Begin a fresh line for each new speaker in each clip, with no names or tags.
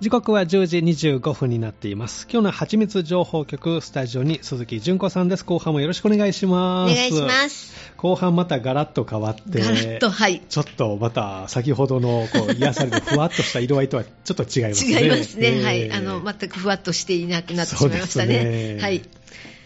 時刻は10時25分になっています今日のはちみつ情報局スタジオに鈴木純子さんです後半もよろしくお願いし
お
ます
願いします。
後半またガラッと変わって
ガラッと、はい。
ちょっとまた先ほどのこう癒され るふわっとした色合いとはちょっと違いますね。
違いますね。は
え
い。
ー
あの、全くふわっとしていなくなってしまいました
そうです
ね。
ね
はい。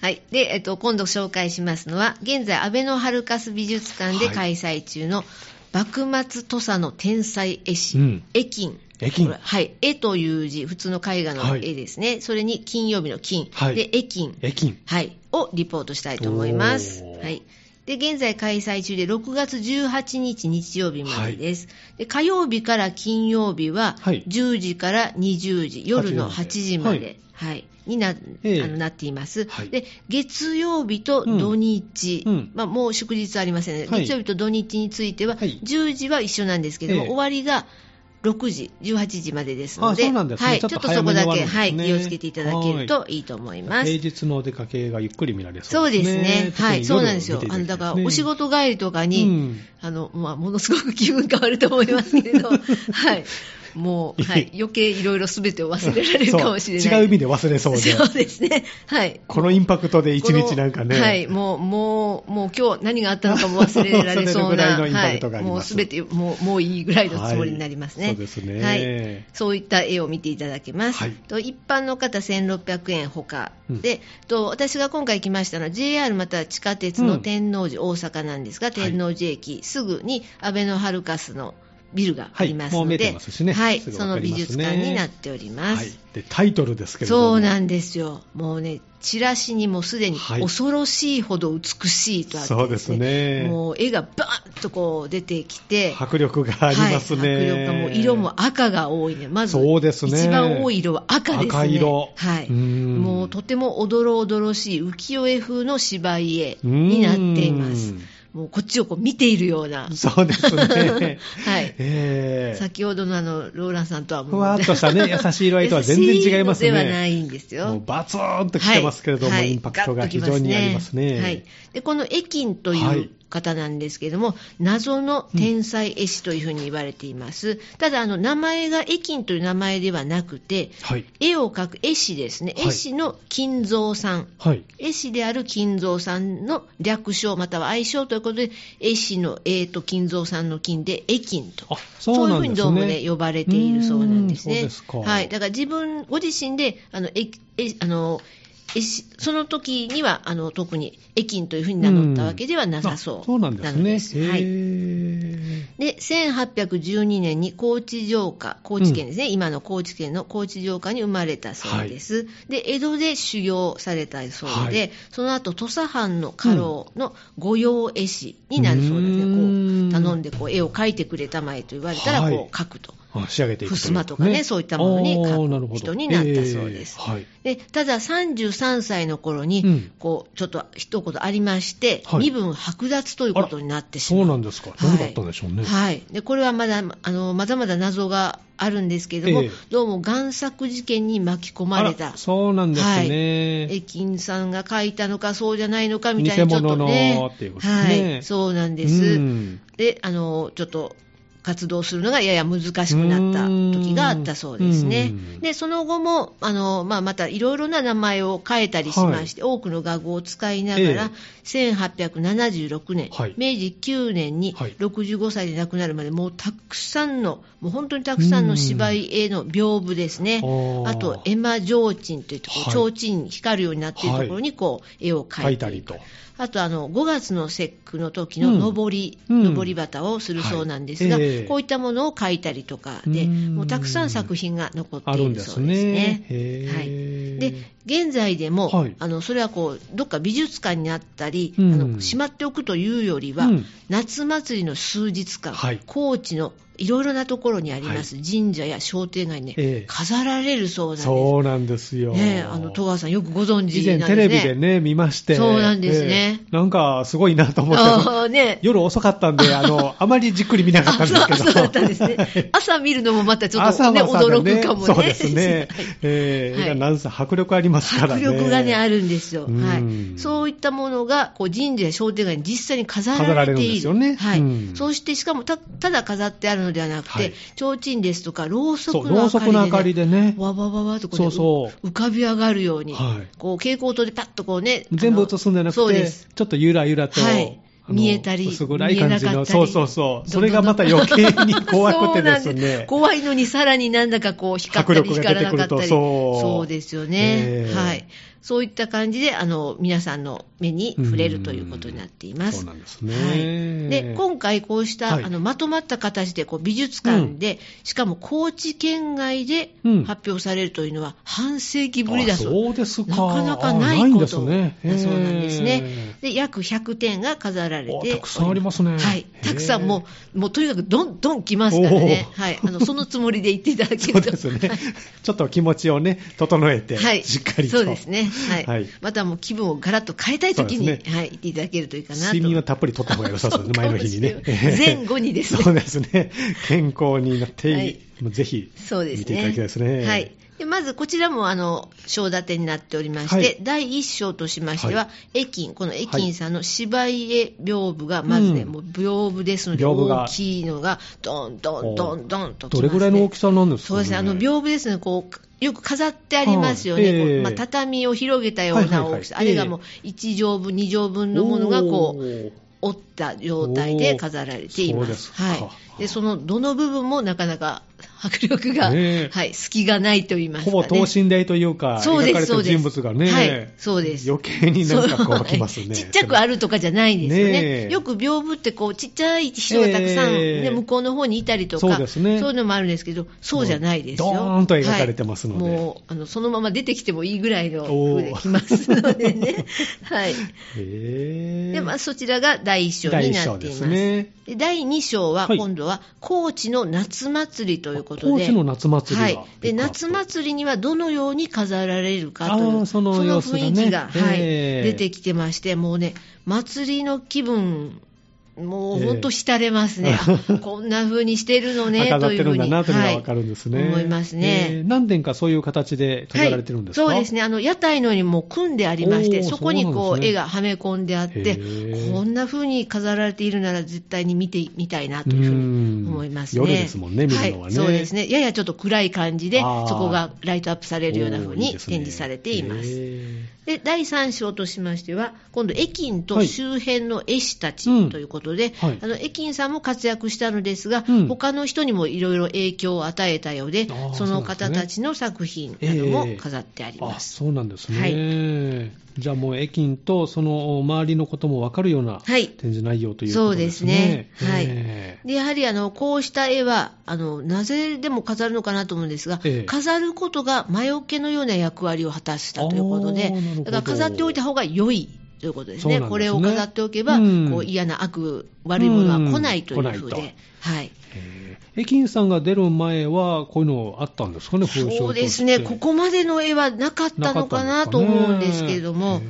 はい。で、えっと、今度紹介しますのは、現在、安倍のハルカス美術館で開催中の、幕末土佐の天才絵師、
うん
絵金。
絵金
これはい。絵という字、普通の絵画の
はい
絵ですね。それに金曜日の金。
はい
で、絵金。
絵金。
はい、をリポートしたいと思います。
おー
はい。で、現在開催中で6月18日日曜日までです。で、火曜日から金曜日は
はい
10時から20時、夜の
8
8
時
時
ま
ま
で
で。はいにな,、
ええ
あのなっています、
はい
で月曜日と土日、
うんうん
まあ、もう祝日ありませんね、
はい
月曜日と土日については、
はい
10時は一緒なんですけども、
ええ
終わりが6時、18時までですので、
あそうなんですね
は
ち
い、ち
ょ
ょ
っ
っ
と
とそこだ
早めに終わるんです
け、
ね
はい、気をつけていただけるといいと思います。
平日のお出かけがゆっくり見られそ
そうう
で
ですす
ね。
ね。はい、
特
そう
に
なんですよ
夜。を
あ
見
の、
ていた
だ
だきたい
から、お仕事帰りとか
ですね
に、あの、まあ、ものすごく気分変わると思いますけ ど、はい。もう、はい、余計いろいろ全てを忘れられるかもしれ
そう
ない。
違う意味で忘れそうで。
そうですね。はい。
このインパクトで一
こ
日
の
なんかね。
はい、もう、もう、もう今日何があったのかも忘れられそ
忘れるぐ
うな、
らいのインパクトがあ
はい、
り
も
ま
う
す
すべて、もう、もういいぐらいのつもりになりますね。
はいそうですね。
はいそういった絵を見ていただけます。
はい
と一般の方1600円ほか、
うん
でと私が今回来ましたのは JR または地下鉄の天王寺、大阪なんですが
い
天王寺駅、すぐに安倍のハルカスのビルがあります
はいもう
の
見え
で、
てますしね
はい
すぐ
そ
わか
の
り
美
ますね
術館になっております。
はい。で、タイトルですけれども。
そうなんんですよ。もうね、チラシにもすでに
はい
恐ろしいほど美しいとあって、
そうですね
もう絵がバーンとこう出てきて、
迫力がありますね。
はい、迫力がもう色も赤が多いね。まず、
そうですね
一番多い色は赤ですね。
赤色
はい。
うん
もうとてもおどろおどろしい浮世絵風の芝居絵になっています
う。
もうこっちをこう見ているような。
そうですね。
はい。
ええ
先ほどのあの、ローランさんとはもう。
ふわっとしたね、優しい色合い とは全然違いますね。
優しのではないんですよ。
もうバツーンと来てますけれども、
はい
インパクトが非常にありますね。
はい、でこのエキンと
はいいう
方なんですけれども、謎の天才絵師というふうに言われています。ただあの名前がエキンという名前ではなくて、
はい。
絵を描く絵師ですね。
はい
絵師の金蔵さん。
はい。
絵師である金蔵さんの略称または愛称ということで、絵師の絵と金蔵さんの金で、絵金と
あ、そうなん
そういうふう
で
にど
す
うも
ね。
ね、呼ばれているそうなんです
うーん
ね。
そうですか
はい。だから自分、ご自身で、あの、え、え、あの、えしその時には、あの、特に、駅金というふうに名乗ったわけではなさ
んあ
そう
そうなんですね。
なのはい。
へ
で、1812年に高知城下、高知県ですね、今の高知県の高知城下に生まれたそうです。で、江戸で修行されたそうで、
はい
その後、土佐藩の家老の御用絵師になるそうですね。
うーん
こう、頼んで、こう、絵を描いてくれたまえと言われたら、
はい
こう、描くと。
ーあ仕上げていくいう
襖とかねそういったものに
あー
書く
なるほど
人になったそうです
えーはい。
でただ33歳の頃に、
うん
こうちょっと一言ありまして、
はい
身分剥奪ということになってし
そ
ま
う
う。
なんですか。
はい
何だったんでしょうね。
はい、でこれはまだあのまだまだ謎があるんですけれども、
ええ
どうも贋作事件に巻き込ま
あ
れ
ら
た、
そうなんですね。
駅金さんが書いたのか、そうじゃないのかみたいな、ち
偽
ょっ
物
と
の
ね、
っていうことですね
はい、そうなんで
う
す。
ん
であのちょっと活動するのがやや難しくなった時があったそうですね
うーん。
で、その後も、あの、まあ、またいろいろな名前を変えたりしまして、多くの画号を使いながら、1876年、
はい
明治9年に
はい
65歳で亡くなるまで、もうたくさんの、もう本当にたくさんの芝居への屏風ですね
あ。ー
あと、絵馬提灯というとこ
は
ろ、
い
提灯に光るようになっているところに、こう、絵を
書
描
い
い
た
た
り
り
と。
あとあの5月の節句の時の上り、
うん
上り旗をするそうなんですが、
はいええ
こういったものを書いたりとかで、
うん
もうたくさん作品が残って
ある
い
ん
る
で
そ
す
うです
ね
ね。。
へー
で現在でも、
はい
あのそれはこうどっか美術館にあったり、
うん
あのしまっておくというよりは、
うん
夏祭りの数日間、
はい
高知のいろいろなところにあります、神社や商店街に、ね
ええ
飾られるそうなんです。
そうなんですよ。
ねえ、あの戸川さん、よくご存
以
知
前
なんですね。
テレビでね、見まして。
そうなんですね
ええなんか、すごいなと思って。
あーね、
夜遅かったん で、あの、あまりじっくり見なかったんですけど。
そうそうだった んですね。朝見るのもまたちょっ
朝は
と、ね、
朝で
驚くかもね。
そうですね
はい。
えー、
はい
映画なんせ迫力ありますから
迫
ね。
力がね、あるんですよ。は
うん
い。そういったものが、こう、神社や商店街に実際に飾
飾ら
ら
れ
れ
る
て
んで
い
す
る。
よね
はい。
うん
そして、しかもた、ただ飾ってあるののではなく
はい
て、提灯ですとか、ろうそ
そう、
く
ろ
の
う
明
そ
か
く
りで、ね、
の明かりでね。
わわわわとこ
そう
う、
そう
う浮かび上がるように、
はい
こう蛍光灯でパッとこうね、あの
全部映すんじゃな
そ
く
う
て、
で
ち
す。
ょっとゆらゆらと、
はい
あの
見えたり
薄暗い感じ
見えなか
の、
ったり
そうそうそう、そ
どんど
れが
んどん
また余計に 怖くてです
そうなん
ね。
怖いのにさらになんだかこう光った
迫
り
力が
光
出て
ら
く
な
る
か
と
ったり。
そう
そうですよね
え。え
はい。そういった感じで、あの、皆さんの目に触れるということになっていま
そう
す
な。んですね。
はい、で今回、こうした、
はい
あのまとまった形でこう美術館で、しかも高知県外で
うん
発表されるというのは、半世紀ぶりだ
あ
そう
そうですか。
なかなか
あ
ない
ん
こ
で
と
すね。
だそうなんですね
へ。
で約100点が飾られてお
お
り
たくさんありますね
はい
へ、ー
たくさんもう、もうとにかくどんどん来ますからね
お、ー
はい、あのそのつもりで行っていた
ー
だけ
そう
ると。
ですね。ちょっと気持ちをね、整えて、
はい、
しっかりと。
そうですね、はい
はい
またもう気分をガラッと変えたいときに、
そうです
はい、行っていただけるといいかなと。
睡眠はたっぷり取った方が良さそうですね、前の日にね
そうかもしれな。い前後にですね
そうですね。健康になって、
はい
もうぜひ、
そうで
見
すね。
ていただきたいですね。
はい。でまずこちらもあの章立てになっておりまして、
はい
第1章としましては、
は
駅この駅員さんの芝家屏風がまずね、
うん
もう屏風ですので
屏風が
大きいのがどんどんどんどんときま
ど
す、ね、
れぐらいの大きさなんですか
そ
ね。
うですねあの屏風ですねこうよく飾ってありますよね、
はい
こう
ええ
まあ、畳を広げたような大きさ、
はいはいはい
あれがもう1畳分2畳分のものがこう
おー
折った状態で飾られていま
おーそう
す。
ですか
はい。で、そのどの部分もなかなか迫力が、
ねえ
はい、隙がないと言いますか、
ほ
ね。
ぼ等身大というか、
そう
描
で
かれ
す
てる
そうです
人物がね、
はいそうです
余計になんかこ
そう
う きますね。
ちっちゃくあるとかじゃないですよ
ね
ね。
え
よく屏風ってこうちっちゃい人がたくさん、
ええ
ね向こうの方にいたりとか
そうですね
そういうのもあるんですけど、そうじゃないですよ。
もうドーンと描かれてますので
はいもうあのそのまま出てきてもいいぐらいの
おー
風できますのでね。 はい。
へー
で、まあ、そちらが第1章になっていま
第一
す。
章ですね
で第2章は、
はい
今度は高知の夏祭りということで、
高知の夏祭りが
は
ピッ
い
クアッ、プ
で夏祭りにはどのように飾られるかと
あ
い
ー
う、
その様子がね
雰囲気が、はい
えー
出てきてまして、もうね、祭りの気分、もう本当、浸れます ね、
えー
あこんな風にしてるの ね
あ飾っ
という
て
ふ
る
うん
だ
に、
なというのが
はい
わかるんですね、
思います
え
ね。
ー何点かそういう形で飾られてるんですか、
はい、そうです
ね。
ねあの屋台のようにもう組んでありまし
お
て、
ー
そこに
そうな
こ
んです
う、
ね
絵がはめ込んであっ
へ
て、
ー
こんな風に飾られているなら、絶対に見てみたいなというふうに思いますね。
うん夜ですもんね見るのはね
い、そうですね、ややちょっと暗い感じで、
あー
そこがライトアップされるような風
おーいい
に
です
展
ね
示されています。
へー
で第3章としましては、今度、駅員
は
と
い
周辺の絵師た
うん
ちということで、
はい
あの駅員さんも活躍したのですが、
うん
他の人にもいろいろ影響を与えたようで
あー、
その方たちの作品なども飾ってあり
あ
ます。
そうなんですね、
は
じゃあもう駅員とその周りのことも分かるような
はい
展示内容ということですね。
そうですねはい
ええ
でやはりあのこうした絵はあのなぜでも飾るのかなと思うんですが、
ええ
飾ることが魔除けのような役割を果たしたということ
あー
で
なるほど
だから飾っておいた方が良いということです
そうな
ね
んですね
これを飾っておけば、
うん
こう嫌な悪悪いものは来ないというふ
うん来
う
な
で、
い
はい、
ええ駅員さんが出る前は、こういうのあったんですかね、風習として
そうですねここまでの絵はなかったのかなと思うんですけれども。は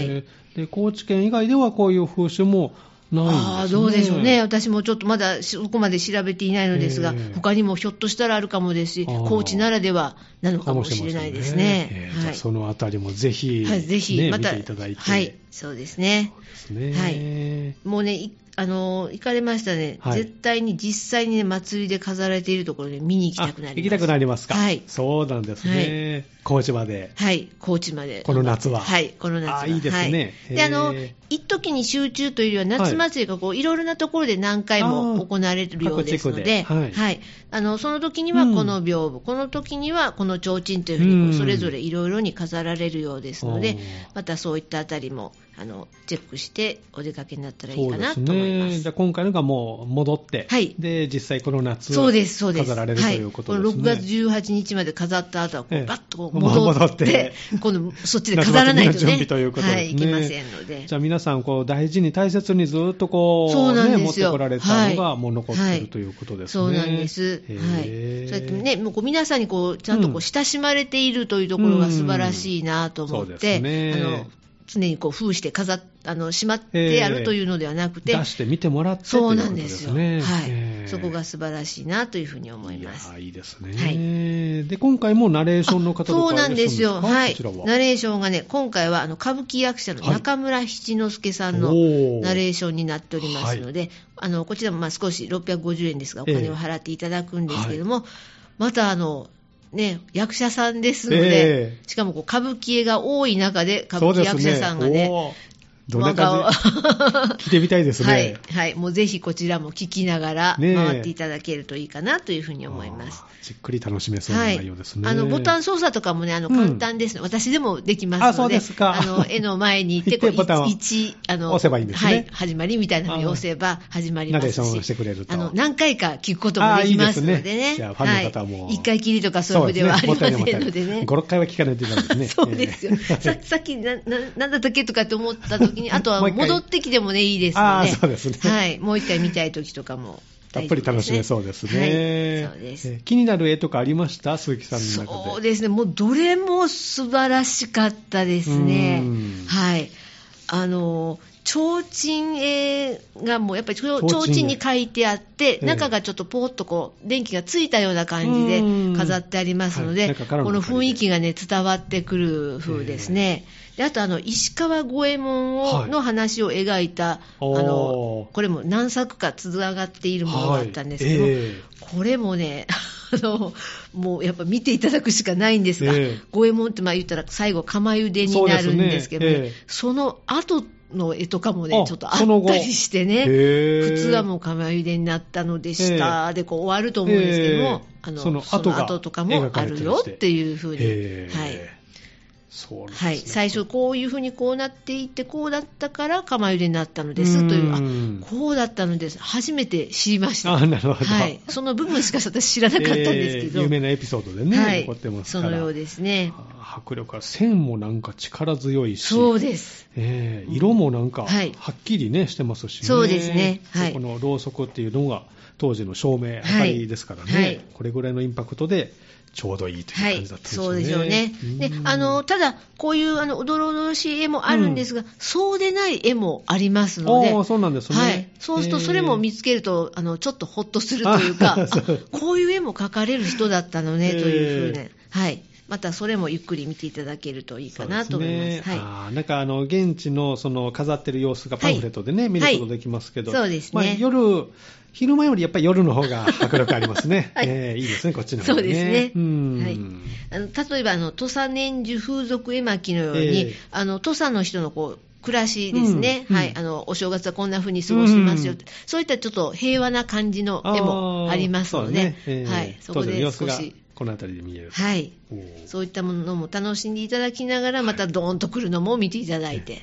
い
い、で高知県以外ではこういう風習もないんです、ね、
ああどうでしょうね、私もちょっとまだそこまで調べていないのですが
ええ、
他にもひょっとしたらあるかもですし、
ああ
高知ならではなのかもしれないですね
え。えじゃ
は
あ
い
そのあたりもぜひ、
はい、ぜひ、
ね
また、
見ていただいて、
はい、そうですね。
ですね、
はいもうね、いあのー行かれましたね、
はい
絶対に実際にね、祭りで飾られているところで見に行きたくなります。
あ行きたくなりますか、
はい
そうなんですね、高知まで、
はい、高知まで。
この夏は
はい、この夏は。
あいいですね
はい、で、
へー
あの、一時に集中というよりは、夏祭りがこう、いろいろなところで何回
あー
も行われるようですので、
各地区ではい
あの、その時にはこの屏風、この時にはこの提灯というふうにこう
うん
それぞれいろいろに飾られるようですの
お
で
ー、
またそういったあたりも、あの、チェックしてお出かけになったらい
そ
いうか
で
な
す
と思いま
ね、
す
じゃあ。今回のがもう戻って、
はい
で実際この夏、
そうです、そうです。
飾られるということですね。
はい、この6月18日まで飾った後は、こ
ええ
うバッとこう戻って、
戻って
今度、そっちで飾らないとね、
夏祭りの準備ということですね
はい、いけませんので
じ。ゃあ皆さんこう大事に大切にずっとこう
そうなん
ね、
で
持っ
す
て
よ
こられたの
は
が
い
もう残って
はい
るということですね。
そうなんです。はい。そうやってね、もうこう皆さんにこう、ちゃんと
う
こ
ん
う、親しまれているというところが素晴らしいなと思っ
うんそうです
て、
ね
あの、常にこう、封して飾っ、あの、しまってやるというのではなくて、
出してみてもらって
そうなんですよ
ということですね。
はい
えええ
そこが素晴らしいなというふうに思います
や。いいですね、
は
で今回もナレーションの方とか
そうなんですよ。
いらっしゃる
は
んで
い
すかこ。ちら
ナ
は
レーションがね、今回はあの歌舞伎役者の中村七之助さんの
おー
ナレーションになっておりますので、あのこちらもまあ少し650円ですが、お
ええ
金を払っていただくんですけれども、またあの、ね、役者さんですので、
え
しかもこう歌舞伎絵が多い中で、歌
そ
舞
うで
伎
す
役者さんがね、
おーどんな感 じ来てみたいですね、
はい、はい、もうぜひこちらも聞きながら
ねえ
回っていただけるといいかなというふうに思います
あ。ーじっくり楽しめそうな
は
内
い
容ですね、、
あのボタン操作とかもね、あの
うん
簡単ですの、私でもできますので、
あそうですか
あの絵の前に行って、こう
行ってボタンを
一あの
押せばいいんですね
はい、始まりみたいなふうに押せば始まりますし、
ナレーションをしてくれると
あの何回か聞くこともできますのでね、
あーいいですねじゃあファンの方も
はい、一回きりとかそういうのではありませんのでね。
5、6回は聞かないといけないですね。
そうですよ、
ええ
ささっきな、ななんだったっけとかって思った時 に、あとは
もう一回
戻ってきてもね、いいです
あ
の
あ
で、
そうですね
はい、もう一回見たい時とかも
たっ
大丈
ぷ
夫
り
ですね、
楽しめそうですね。
はいそうです
えー気になる絵とかありました鈴木さんの中で。
そうですね、もうどれも素晴らしかったですね
うん。
はい。あの、提灯絵がもうやっぱり提
提灯絵
灯に書いてあって、
ええ
中がちょっとポーっとこう、電気がついたような感じで
うん
飾ってありますの
はい
で、
中からも
この雰囲気がね、伝わってくる風ですね。であとあの、石川五右衛門を
はい
の話を描いた、
おー
あの、これも何作かつながっているものがあったんですけど、
はいええ
これもね、 あのもうやっぱ見ていただくしかないんですが、
ええ
五右衛門ってまあ言ったら最後、釜茹でになるんですけどね、
そ
そう
ですねええ
の後の絵とかも
あ
ね、ちょっとあっ
その後
たりしてね、
へえ
普通はもう釜茹でになったのでした、でこう終わると思うんですけども、
ええ
あの
そ
そ
の
の
後が
後とかもあるよっていうふう
へ
に。
ー
はい
そうなんですね
はい、最初、こういうふうにこうなっていって、こうだったから釜茹でになったのですという、あ
うん
こうだったのです、初めて知りました。
あなるほど
はい、その部分しか私知らなかったんですけど、
えー有名なエピソードでね、
はい
残ってます
そ
から。
のようですね。
あー迫力は線もなんか力強いし。
そうです。
えー色もなんか、
は
はいっきりね、してますしね。
そうですねはい
このろうそくっていうのが、当時の照明、明かりですからね、
はい
これぐらいのインパクトで、ちょうどいいという
は
感
い、
じだったんですね。
そうでしょうね。で
う、ん
あの、ただ、こういう、あの、おどろおどろしい絵もあるんですが、そうでない絵もありますので、
おーそうなんですね。
はい。そうすると、それも見つけると、あの、ちょっとほっとするというか、
あ
あ
そう
こういう絵も描かれる人だったのね、というふう
え
に。はい。また、それもゆっくり見ていただけるといいかなと思います。
そうでね
はい。
あーなんかあの現地のその飾ってる様子がパンフレットでね、
はい
見ることできますけど、
はいそうですね
まあ、夜、昼間よりやっぱり夜の方が迫力ありますね。
はい
えーいいですね、こっちの方がね。
そうですね
うん、
はいあの例えばあの土佐年中風俗絵巻のように、
ええ
あの土佐の人のこう暮らしですね、
うん
はい
うん
あの、お正月はこんな風に過ごしますよ、
うん
そういったちょっと平和な感じの絵もありますの
あー、そう
で
ねえー
はい、そ
当
こ
時の
で
様子
少
が
し、
この辺りで見える。
はい、
おー
そういったものも楽しんでいただきながら、またドーンと来るのも見ていただいて。はい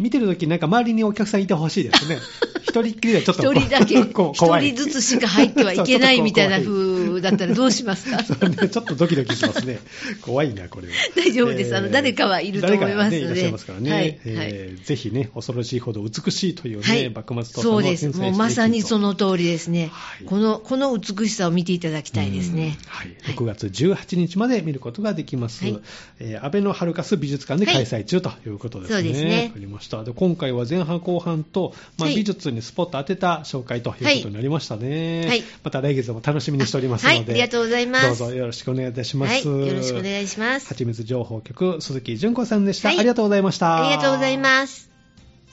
見てるとき、なんか周りにお客さんいてほしいです ね。一人っきりはちょっと
一人だけ、
こ
一
う怖い
人ずつしか入ってはいけない
そう
みたいな
ちょっとこう
風だったらどうしますか
そうね ちょっとドキドキしますね。怖いな、これは。
大丈夫ですあの
えー
誰かはいると思いま
誰か
すので
ねいらっしゃいますからね。
はい
えーぜひね、恐ろしいほど美しいというね、
はい、
幕末と
そうです、もうまさにその通りですね、
はい
このこの美しさを見ていただきたいですね。
はい、6月18日まで見ることができます、
はい
えー安倍のハルカス美術館で開催中ということですね。
はいそうですね
わかりました。で今回は前半後半と、まあ
はい
美術にスポット当てた紹介ということになりましたね。
はいはい
また来月も楽しみにしておりますので、
はい、ありがとうございます。
どうぞよろしくお願いいたします。
はい、よろしくお願いします。
はちみつ情報局、鈴木純子さんでした。
はい
ありがとうございました。
ありがとうございます。